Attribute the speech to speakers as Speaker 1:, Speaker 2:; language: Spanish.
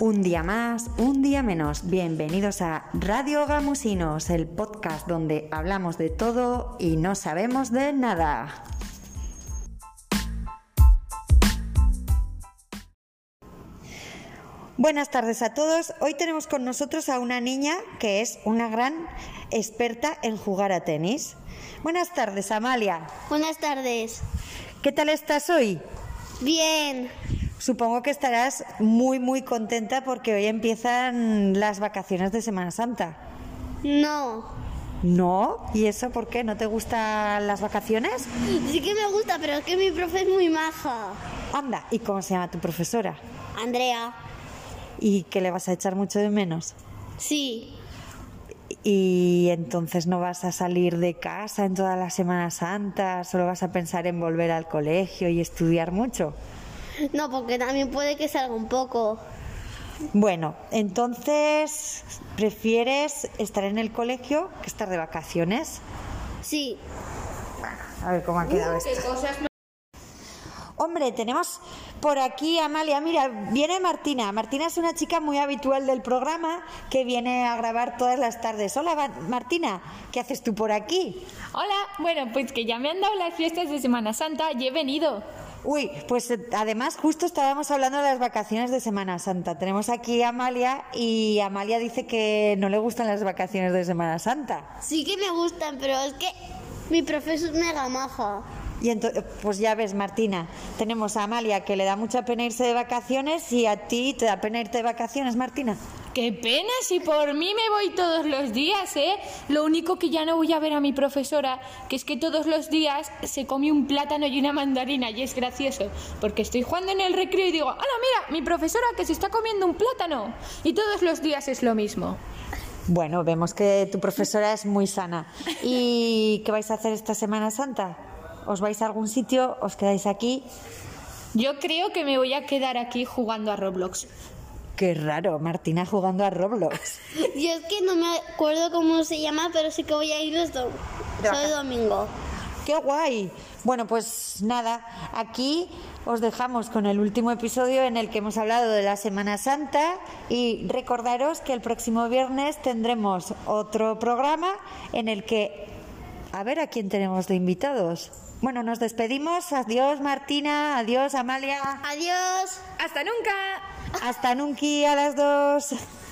Speaker 1: Un día más, un día menos. Bienvenidos a Radio Gamusinos, el podcast donde hablamos de todo y no sabemos de nada. Buenas tardes a todos. Hoy tenemos con nosotros a una niña que es una gran experta en jugar a tenis. Buenas tardes, Amalia.
Speaker 2: Buenas tardes.
Speaker 1: ¿Qué tal estás hoy?
Speaker 2: Bien.
Speaker 1: Supongo que estarás muy, muy contenta porque hoy empiezan las vacaciones de Semana Santa.
Speaker 2: No.
Speaker 1: ¿No? ¿Y eso por qué? ¿No te gustan las vacaciones?
Speaker 2: Sí que me gusta, pero es que mi profe es muy maja.
Speaker 1: Anda, ¿y cómo se llama tu profesora?
Speaker 2: Andrea.
Speaker 1: ¿Y que le vas a echar mucho de menos?
Speaker 2: Sí.
Speaker 1: ¿Y entonces no vas a salir de casa en todas las Semanas Santas? ¿Solo vas a pensar en volver al colegio y estudiar mucho?
Speaker 2: No, porque también puede que salga un poco.
Speaker 1: Bueno, entonces, ¿prefieres estar en el colegio que estar de vacaciones?
Speaker 2: Sí.
Speaker 1: A ver cómo ha quedado esto. Hombre, tenemos por aquí a Amalia. Mira, viene Martina. Martina es una chica muy habitual del programa que viene a grabar todas las tardes. Hola, Va- Martina, ¿qué haces tú por aquí?
Speaker 3: Hola, bueno, pues que ya me han dado las fiestas de Semana Santa y he venido.
Speaker 1: Uy, pues eh, además justo estábamos hablando de las vacaciones de Semana Santa. Tenemos aquí a Amalia y Amalia dice que no le gustan las vacaciones de Semana Santa.
Speaker 2: Sí que me gustan, pero es que mi profe es mega maja.
Speaker 1: Y entonces, pues ya ves, Martina, tenemos a Amalia que le da mucha pena irse de vacaciones y a ti te da pena irte de vacaciones, Martina.
Speaker 3: ¡Qué pena! Si por mí me voy todos los días, ¿eh? Lo único que ya no voy a ver a mi profesora, que es que todos los días se come un plátano y una mandarina y es gracioso, porque estoy jugando en el recreo y digo, ¡Hola, mira! Mi profesora que se está comiendo un plátano. Y todos los días es lo mismo.
Speaker 1: Bueno, vemos que tu profesora es muy sana. ¿Y qué vais a hacer esta Semana Santa? ¿Os vais a algún sitio? ¿Os quedáis aquí?
Speaker 3: Yo creo que me voy a quedar aquí jugando a Roblox.
Speaker 1: Qué raro, Martina jugando a Roblox.
Speaker 2: Yo es que no me acuerdo cómo se llama, pero sí que voy a ir los dos.
Speaker 1: De
Speaker 2: Soy domingo.
Speaker 1: ¡Qué guay! Bueno, pues nada, aquí os dejamos con el último episodio en el que hemos hablado de la Semana Santa y recordaros que el próximo viernes tendremos otro programa en el que... A ver a quién tenemos de invitados. Bueno, nos despedimos. Adiós Martina, adiós Amalia.
Speaker 2: Adiós.
Speaker 3: ¡Hasta nunca!
Speaker 1: Hasta nunca a las dos.